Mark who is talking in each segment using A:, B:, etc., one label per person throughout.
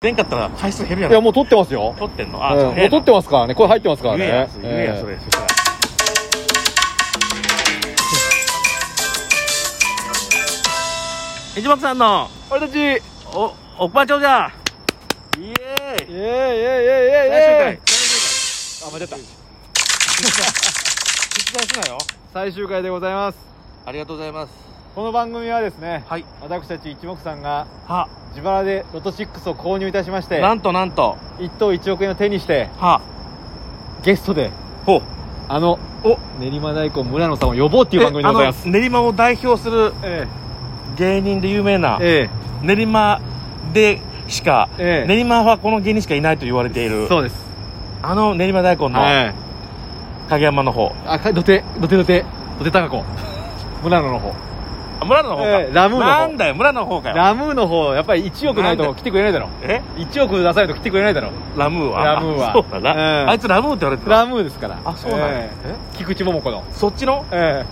A: 出んかったら回数減るや
B: いや、
A: ろ。
B: もう撮ってますよ。
A: 取ってんの
B: う
A: あ、
B: んもう撮って
A: も
B: ますからね。声入ってますから
A: 言
B: ね。
A: えや、それ言えや、
B: え
A: それ。そしたら。 一目さんの、
B: ー俺たち、イエ
A: お、おっぱちょうじゃイエー
B: ーイ
A: イ
B: イエーイイエーイイエーイあ、間違った。
A: 最終回。最終回。聞き返すなよ。
B: 最終回でございます。
A: ありがとうございます。
B: この番組はですね、
A: はい。
B: 私たち一目さんが
A: は、
B: 自腹でロト6を購入いたしまして、
A: なんとなんと、
B: 一等1億円を手にして、
A: は、
B: ゲストで、
A: ほう。
B: あの、
A: お、
B: 練馬大根村野さんを呼ぼうっていう番組でございます。
A: えあの練馬を代表する
B: え
A: 芸人で有名な
B: え、え
A: 練馬でしか、
B: ええ
A: 練馬はこの芸人しかいないと言われてい
B: え
A: る、
B: そうです。
A: あの練馬大根の
B: はい。
A: 影山の方、
B: あ、か土手、土手土手、土手高子。村野の方。
A: あ村野の方か、
B: ええラムーの方
A: なんだよ、村野の方かよ。
B: ラムーの方、やっぱり1億ない
A: なん
B: と来てくれないだろ。
A: え
B: 1億出さないと来てくれないだろ。
A: ラムーは
B: ラムーは
A: あそうだな、
B: うん
A: あいつラムーって言われてた
B: ラムーですから。
A: あそうなんだ
B: ええ菊池桃子の。
A: えそっちの
B: え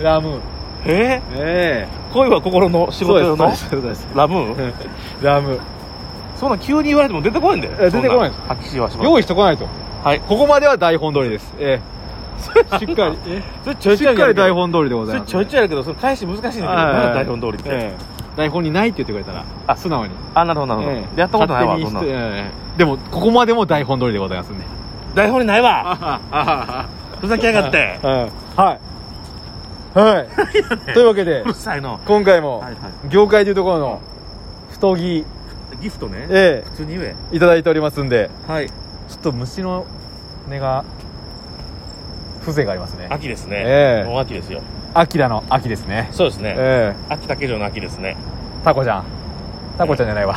B: えラムー。
A: え
B: え
A: え恋は心の
B: え
A: 仕事用
B: そう
A: の
B: ですそうです。
A: ラムー、
B: ええラムー。
A: そんなん急に言われても出てこないんだよ
B: ええ出てこないです
A: はっきりはします
B: 用意してこないと。
A: はい
B: ここまでは台本通りです。え え。し っかり、え
A: それちょ
B: え
A: い
B: し
A: ちょ
B: っ
A: いや
B: か
A: る
B: り
A: けど
B: 台本通りでご
A: そ
B: ざい
A: れ
B: ます。
A: ちょいちょいやるけどその返し難しいんだけど、
B: はい
A: なんで台本通りって、
B: ええ台本にないって言ってくれたら、
A: あ
B: 素直に。
A: あなるほどなるほど、
B: ええ
A: やったことないわ
B: 勝手
A: そん
B: に
A: なの
B: してええでも、ここまでも台本通りでございますんで。
A: 台本にないわ
B: は
A: ふざけやがって
B: はい。 はい。というわけで
A: うる、さいの
B: 今 回も
A: はいは、
B: 業界でいうところの、太着、
A: ギフトね
B: え
A: 普通に言え
B: え、いただいておりますんで、
A: はい
B: ちょっと虫の根が、風情がありますね。
A: 秋ですね、
B: ええ
A: もう秋ですよ
B: アキラの秋ですね。
A: そうですね、
B: え
A: 秋竹城の秋ですね
B: え、タコちゃん。タコちゃんじゃないわ。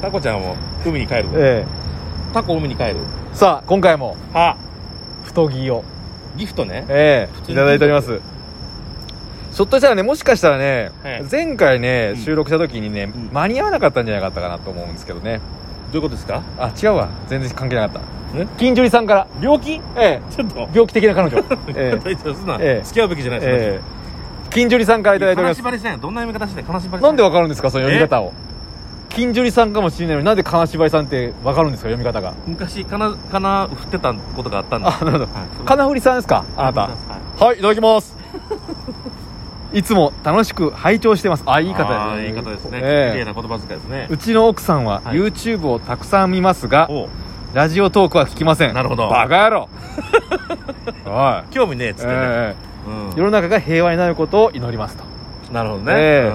A: タコちゃんも海に帰る、
B: え
A: タコ海に帰る
B: え。さあ、今回も、
A: は
B: 太着を、
A: ギフトね
B: え
A: 普通に
B: え、いただいております。ひょっとしたらね、もしかしたらね
A: ええ、
B: 前回ね
A: う、ん
B: 収録した時にね
A: ん、
B: 間に合わなかったんじゃなかったかなと思うんですけどね。
A: どういうことですか
B: あ、違うわ。全然関係なかった
A: え。
B: 近所にさんから、
A: 病気
B: ええ、
A: ちょっと
B: 病気的 な彼女。え
A: ええ、そんな、
B: ええ
A: 付き合うべきじゃない
B: え、
A: ですか、
B: ええ、近所にさんからいただいてお
A: 悲
B: ります
A: し。ばりせんどんな読み方して悲しばりせん
B: なんでわかるんですか、その読み方を。近所にさんかもしれないのに、なんで金縛りさんってわかるんですか、読み方が。
A: 昔かなかな振ってたことがあったんで
B: あ、なるほど。
A: はい
B: 金振りさんですか、あなた。
A: はい
B: はい、いただ きます。いつも楽しく拝聴してます。あ、いい方
A: あー
B: です
A: いい
B: ね。
A: 方ですね。綺
B: ええ
A: 麗な言葉遣いですね。
B: うちの奥さんは
A: はい
B: YouTube をたくさん見ますが、
A: おう
B: ラジオトークは聞きません。
A: なるほど
B: バカ 野郎おい。
A: 興味ねえっつってね。
B: え
A: うん
B: え世の中が平和になることを祈りますと。
A: なるほどね。
B: ええ
A: う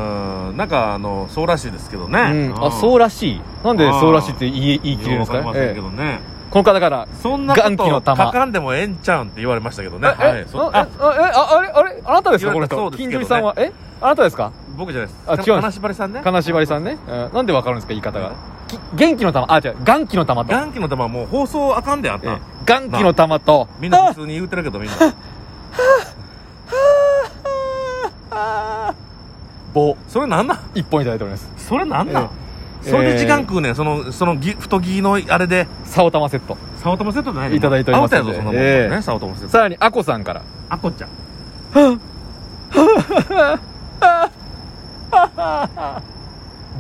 A: んなんか、あの、そうらしいですけどね。
B: うん、あ、そう
A: ら
B: らしい。なんでそうらしいって言い言い切れるんですか
A: わかりません
B: え
A: け
B: え
A: どね。
B: この方から、
A: そんなこ
B: 元気の
A: と書
B: 玉
A: かんでもええんちゃうんって言われましたけどね。
B: え
A: は
B: え
A: い。
B: あ
A: そ
B: え
A: あ、
B: あえああれあれあなたですか
A: 言われ
B: この
A: た
B: 人
A: そうですけ
B: 金
A: どね
B: 城さんはえあなたですか
A: 僕じゃないです。
B: あ違うんです
A: 金縛りさんね。
B: 金縛りさんね、うん、なんでわかるんですか言い方がき元気の玉あ違う元気の玉と
A: 元気の玉はもう放送あかんであん
B: え
A: た。
B: 元気の玉と
A: みんな
B: あ
A: 普通に言うてるけどみんな。
B: あ棒
A: それなんなん
B: 一本いただいております
A: それなんなん
B: ええ
A: それで時間食うねん。その、そのぎ、太ぎのあれで。
B: 竿玉セット
A: サオトモセットじゃないの
B: いただいております
A: アウトやぞ、そんなもん。
B: ええ
A: ね、サオトモセット。
B: さらにあこさんから
A: あこちゃん。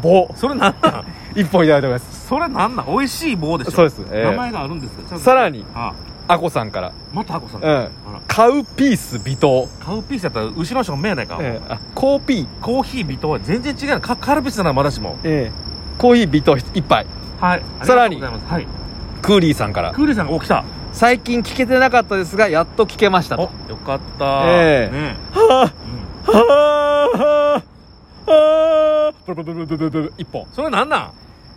B: 棒
A: それなんなん
B: 一本いただいております
A: それなんなん美味しい棒でしょ
B: そうです、え
A: 名
B: え
A: 前があるんですかちゃんと
B: さらに
A: あ
B: あこさんから
A: またあこさん、
B: うん
A: あら
B: カウピース微糖、
A: カウピースやったら後ろの人目やないか、
B: ええあコーピー、
A: コーヒー微糖は全然違うなカカルピスならまだしも
B: ええコーヒー微糖一杯
A: はい
B: さらに
A: ありがとうございます
B: クーリーさんから
A: はいクーリーさんが起きた
B: 最近聞けてなかったですがやっと聞けました
A: お
B: と
A: よかった
B: ええ
A: ね
B: は
A: うん
B: あはあはあブルブルブルブルブル一本
A: それなんなん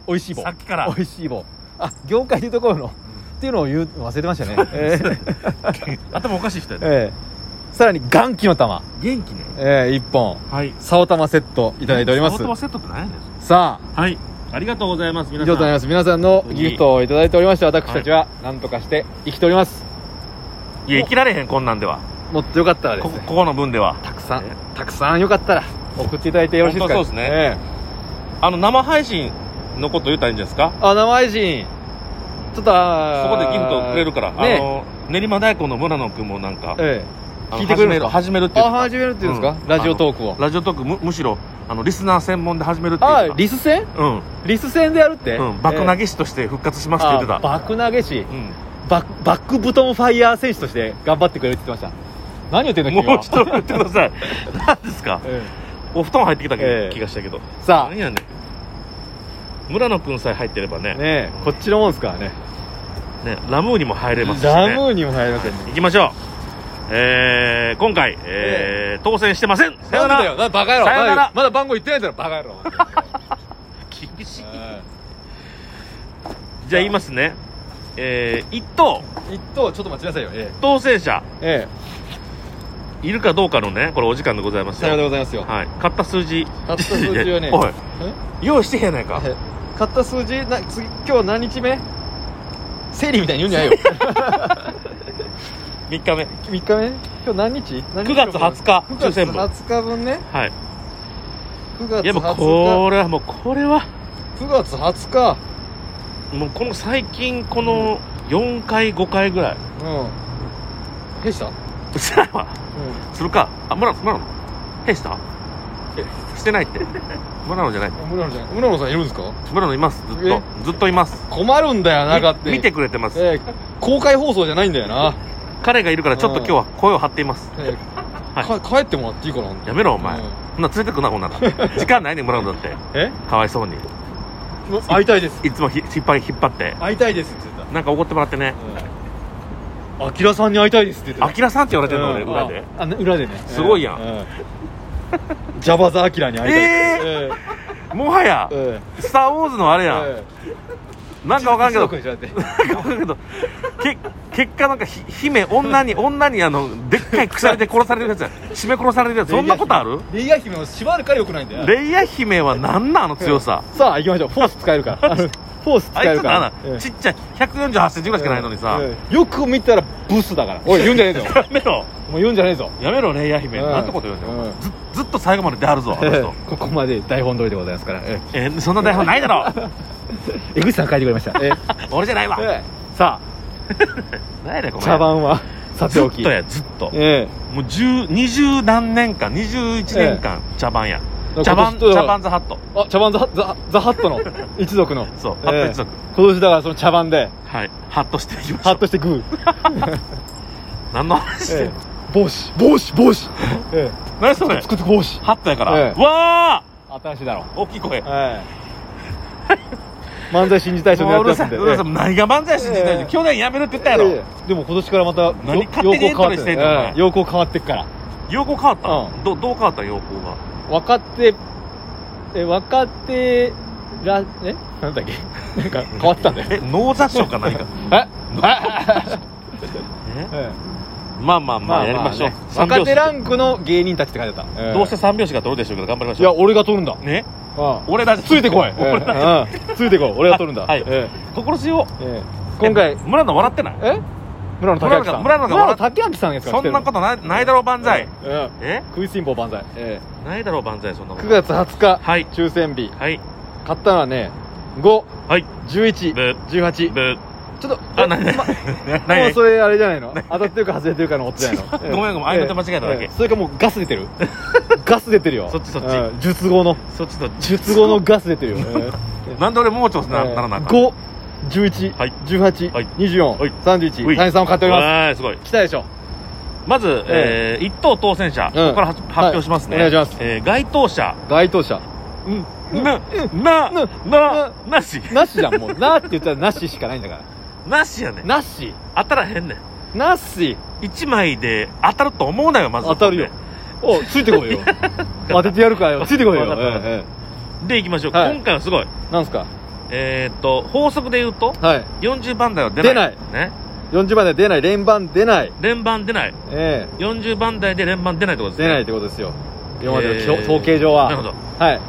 B: 美味しい棒
A: さっきから
B: 美味しい棒あ業界でいうところのっていうのを言う忘れてま したねええ
A: 頭おかしい人やね
B: ええさらに元気の玉
A: 元気ね
B: ええ一本
A: はい
B: 竿玉セットい
A: い
B: ただいております
A: トマセットって何やねんそれ
B: さあ
A: はいありがとうございます
B: 以
A: 皆
B: 上
A: さん
B: となります皆さんのギフトをいただいておりまして私たちは何とかして生きております
A: いや生きられへんこんなんでは
B: もっとよかったらです
A: ここ
B: ね
A: ここの分では
B: たくさん
A: え
B: たくさんよかったら送っていただいてよろしいですか
A: 本当そうですね
B: ええ
A: あの生配信のこと言ったらいいんじゃないですか
B: あ、生配信。ちょっと、あ
A: そこ
B: ー
A: でギフトくれるから、あ
B: ね
A: の練馬大根の村野君もなんか、
B: ええ
A: あの
B: 聞いてくれるんですか
A: 始める始めるって
B: あ、
A: 言って
B: 始めるっていうんですか、
A: うん
B: ラジオトークを
A: た。ラジオトークむむしろあの、リスナー専門で始めるっていうか。
B: あリス戦
A: うん。
B: リス戦でやるって
A: うん。爆投
B: げ
A: げ師として復活しますって言
B: あ
A: ってた。
B: 爆投げし
A: うん。
B: バッバックブトンファイヤー選手として頑張ってくれるって言ってました何言ってんの君
A: も
B: は
A: うちょっと待ってください。何ですか
B: うん
A: お布団入ってきたけ、
B: ええ
A: 気がしたけど。
B: さ
A: 何やねん。村野くんさえ入ってれば
B: あ
A: ね。ね
B: ねえこっちのもんですからね
A: ラムーにも入れますしね。
B: ラムーにも入りませんね
A: 行きましょう。えー、今回、えー当選してません。さよなら。
B: なんでだよバカ野郎
A: さよなら
B: まだ番号言ってないんだろバカ 野郎
A: 厳しい。
B: う
A: じゃあ言いますね。えー、一等、
B: ん一等ちょっと待ちなさいよえ
A: 当選者、
B: ええ
A: いるかどうかのね、これお時間でございま
B: え
A: す
B: さよう
A: よ。
B: でございますよ
A: はい。買った数字。
B: 買った数字はね
A: おい、
B: え
A: 用意してへんやないか。
B: え買った数字な次今日何日目整理みたいに言うんじゃない よ
A: 3日目。
B: 3日目今日何日何
A: 9月20日、
B: 9
A: 抽
B: 月
A: 選分。
B: 20日分ね
A: はい。
B: 9月
A: いやもう
B: 20
A: これはもうこれは
B: 日9月20日
A: もうこの最近この4回5回ぐ らい
B: うんでしたうん
A: うちらはするかあ村野村野へしたえしてないって村野じゃない
B: 村野じゃん村野さんいるんですか
A: 村野いますずっとずっといます
B: 困るんだよなかって
A: み見てくれてます、
B: ええ公開放送じゃないんだよな、
A: 彼がいるからちょっと今日は声を張っています
B: え え
A: は
B: か帰ってもらっていいかな
A: やめろお前、
B: うん
A: ほんなら連れてくなほん なら時間ないね村野だって
B: え
A: かわいそうに
B: 会いたいです
A: いつもひ引っ張り引っ張って
B: 会いたいですって言って
A: なんか怒ってもらってね
B: たあきらさんに会いたいですって言ってた
A: あきらさんって言われてるの俺
B: うん
A: 裏で
B: あね裏でね
A: すごいやん
B: ええジャバザ・アキラに会いたいですえ
A: もはや
B: え
A: 「
B: え
A: スター・ウォーズ」のあれ
B: え
A: やん、
B: え
A: なんかわからんけど
B: 一族にしちゃって
A: なんかわからんけどけ結果なんかひ姫女に女にあのでっかい鎖で殺されるやつや締め殺されるやつそんなことある
B: レイヤー姫を縛るからよくないんだよ
A: レイヤ姫は何なんあの強さ
B: さあ行きましょうフォース使えるからフォース使
A: あ
B: え
A: い
B: る
A: つ
B: か
A: な
B: ら
A: なちっちゃい148センチぐらいしかないのにさ
B: ええよく見たらブスだから おい言うんじゃねえぞ
A: やめろ
B: もう言うんじゃねえぞ
A: やめろレイヤ姫
B: うん
A: なんてこと言うんだ
B: う
A: よ
B: ん
A: ずずっと最後まで出はるぞあの人
B: ここまで台本通りでございますからえ
A: えそんな台本ないだろ
B: え江口さん書いてくれましたええ
A: 俺じゃないわ
B: ええさ
A: 何やねん
B: あ
A: こ
B: 茶
A: れ
B: 番はさて
A: ず
B: お
A: っ
B: き
A: とやずっと
B: え
A: もう10 20何年間21年間茶番や
B: え
A: 茶番
B: 今年と
A: 茶番ザハット
B: あ茶番ザザザハットの一族の
A: そう
B: ええ
A: ハット一族
B: 今年だからその茶番で
A: はいハッとしていきまし
B: ハ
A: ょ
B: ッ
A: う
B: としてグー
A: 何の話してん
B: え
A: の
B: え帽子帽子帽子え
A: 何それ
B: えつくつく帽子
A: ハットやから、
B: ええ
A: わ
B: 新しいだろう
A: ー大きい声も
B: はい漫才新時大賞
A: う
B: のや
A: う
B: つ
A: るさ
B: ですん
A: い
B: で
A: うるさい何が漫才師って言ったんや
B: ええ
A: 去年やめるって言ったや
B: ええ
A: ろ、
B: いやいやでも今年からまたよ
A: 何勝手にエントリーしてんの
B: え
A: お前
B: え陽光変わってっから
A: 用語変わった、
B: う
A: どどう変わった用語が
B: 若手え若手らえ なんだっけ なんか変わったんだよ
A: え脳雑賞か何か
B: え
A: え
B: え
A: まあまあまあやりましょう、三拍子
B: 若手ランクの芸人たちって書いてあった、
A: どうして三拍子が取るでしょうけど頑張りま
B: い
A: し
B: や
A: ょ
B: 俺が取るんだ
A: うね
B: ああ
A: 俺だ
B: ついてこい、
A: 俺だ
B: うんうんついてこい俺が取るんだ
A: はい
B: え
A: 心強い
B: えええ今回
A: え村野笑ってない
B: え村野武明さん
A: 村野が村野が
B: 村野武明さんですから
A: そんなこととないないだろう万歳、
B: うん
A: え
B: 食いしん坊万歳、え
A: ないだろう万歳そんな
B: え
A: こと
B: 9月20日、
A: はい
B: 抽選日
A: はい
B: 買ったのはね
A: はい
B: 51118
A: ブ
B: ち
A: ブ
B: ょっと
A: あ何何
B: ま
A: 何
B: もう
A: 何
B: それあれじゃないの当たってるか外れてるかの音じゃないの
A: 違うごめんごめん相方間違えただけ
B: それかもうガス出てるガス出てるよ
A: そっちそっち
B: うん術後の
A: そっちと
B: 術後のガス 出てるよええ
A: なんで俺盲腸なならなあかん
B: 5 11、
A: はい
B: 18、
A: はい
B: 24、
A: はい
B: 31、
A: はい
B: 33を買っておりま
A: わーいすごい
B: す。来たでしょ
A: まず、えー一等当選者、
B: うん
A: ここからは発表しますね、
B: はいお願いします
A: えー該当者
B: 該当者。
A: んな、な、
B: う、
A: なんな、なし
B: なしじゃん、もう。なって言ったらなししかないんだか
A: なしやね
B: ら。
A: ん
B: なし。
A: 当たらへんねん
B: なし。
A: 一枚で当たると思うなよまず
B: 当たるよおついてこいよ当ててやるからよついてこいよ、
A: わかったわかった
B: え
A: でいきましょう、
B: はい
A: 今回はすごい
B: えなんすか
A: えー、っと法則で言うと
B: はい
A: 40番台は出ない
B: 出
A: ね
B: 40番で出ない連番出ない
A: 連番出ない
B: え
A: 40番台で連番出ないってこと
B: え
A: ですね
B: 出ないってことですよ今までのきょ、
A: えー
B: 統計上
A: なるほ
B: は
A: ど、
B: はい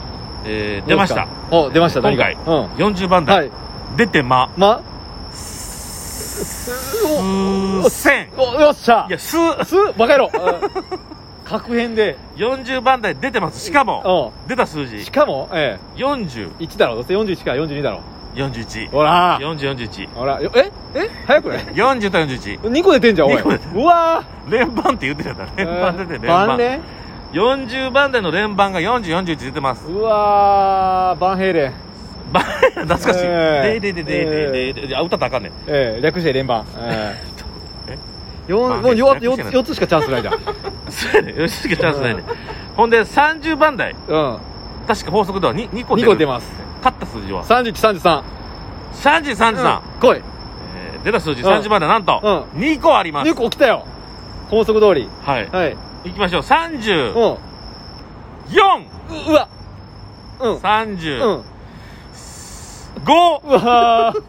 A: えー、出ました
B: どうですかお出ました何が
A: 今
B: うん
A: 40番台、
B: はい
A: 出てま
B: ます
A: ーせん
B: およっしゃ
A: いやすー
B: すバカ野郎うん確変で
A: 40番台出てますしかも
B: う
A: 出た数
B: ん
A: 字
B: しかもえ
A: 4041
B: え1だろどうせ41から42だろ
A: 4041
B: ほら
A: 40
B: ほらよええ早くない
A: 40と41
B: 2個出てんじゃんおい
A: 二個出
B: うわ
A: 連番って言ってたんだ連番出て
B: ええ
A: 連番
B: 連
A: 40番台の連番が4041出てます
B: うわーバンヘイレン
A: ば懐かしい、
B: えー
A: ででででででであ歌ったらあかんねん
B: ええ略して連番え
A: え
B: えよんも
A: バン
B: う
A: ヘイレン
B: よ
A: 略してない
B: 4つしかチャンスないじゃん
A: そうやね吉しチャンスないねほんで30番台
B: うん
A: 確か法則では 2, 個出
B: 2
A: る
B: 個出ます
A: 勝った数字は
B: 3133
A: 3033、
B: 来い
A: えー出た数字30番台なんと
B: う
A: 2個あります、
B: 2個来たよ法則通り
A: はい
B: はい
A: 行きましょう
B: うん
A: 3430、
B: ううわうんうん
A: 5
B: うわー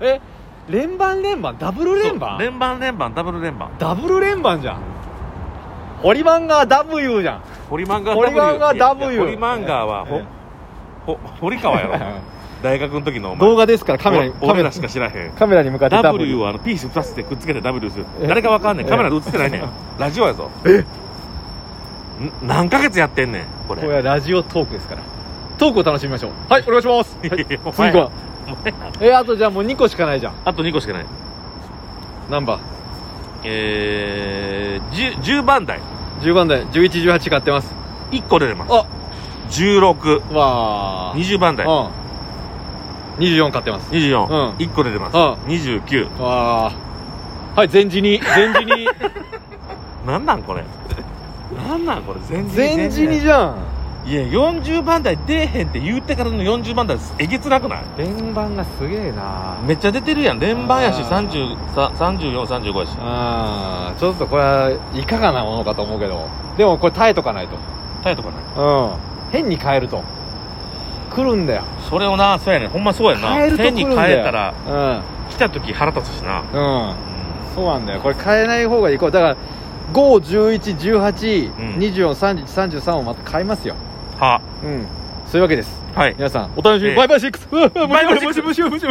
B: え連番連番ダブル連番
A: 連番連番ダブル連番
B: ダブル連番じゃんホリマンガー W じゃん
A: 堀漫画
B: ホリマンガ W
A: 堀漫画はほ
B: え
A: ほ堀川や ろ大学の時のお前
B: 動画ですからカメラに
A: お
B: カメ
A: 俺
B: ラ
A: らしか知らへん
B: カメラに向かって
A: W はあのピース2つでくっつけて W する
B: え
A: 誰かわかんねん
B: え
A: カメラで映ってないねんラジオやぞえ何ヶ月やってんねんこ
B: こ
A: れ
B: れはラジオトークですからトークを楽しみましょうはいお願いし ます、はい
A: いやいや お
B: 次
A: 前
B: か
A: お前ら
B: えあとじゃあもう2個しかないじゃん
A: あと2個しかない
B: ナンバー
A: えー 10, 10番台
B: 10番台1118買ってます
A: 1個出てます
B: あ
A: 1620
B: わあ
A: 番台
B: うん24買ってます
A: 24、
B: うん
A: 1個出てます、
B: うん
A: 29
B: わあはい前時に前 時に
A: なんなんこれ なんなんこれ全然
B: 前時にじゃん
A: いや40番台出えへんって言ってからの40番台えげつなくない
B: 連番がすげえな
A: めっちゃ出てるやん連番やし
B: あ
A: 3435やし
B: ああちょっとこれはいかがなものかと思うけどでもこれ耐えとかないと
A: タイとかない
B: うん変に変えると来るんだよ
A: それをなそうやねんほんまそうやな
B: 変えると来る
A: 変
B: んだ
A: に
B: よ
A: 変えたら来た時腹立つしな
B: うんうん
A: う
B: そうなんだよこれ変えない方がいいこれだから51118243133
A: うん、
B: 24 30 33をまた変えますよ
A: んは
B: うんそういうわけです
A: はい
B: 皆さんお楽しみに、
A: ええ
B: バイバイシックスバ
A: イバイシックス
B: ムシムシムシ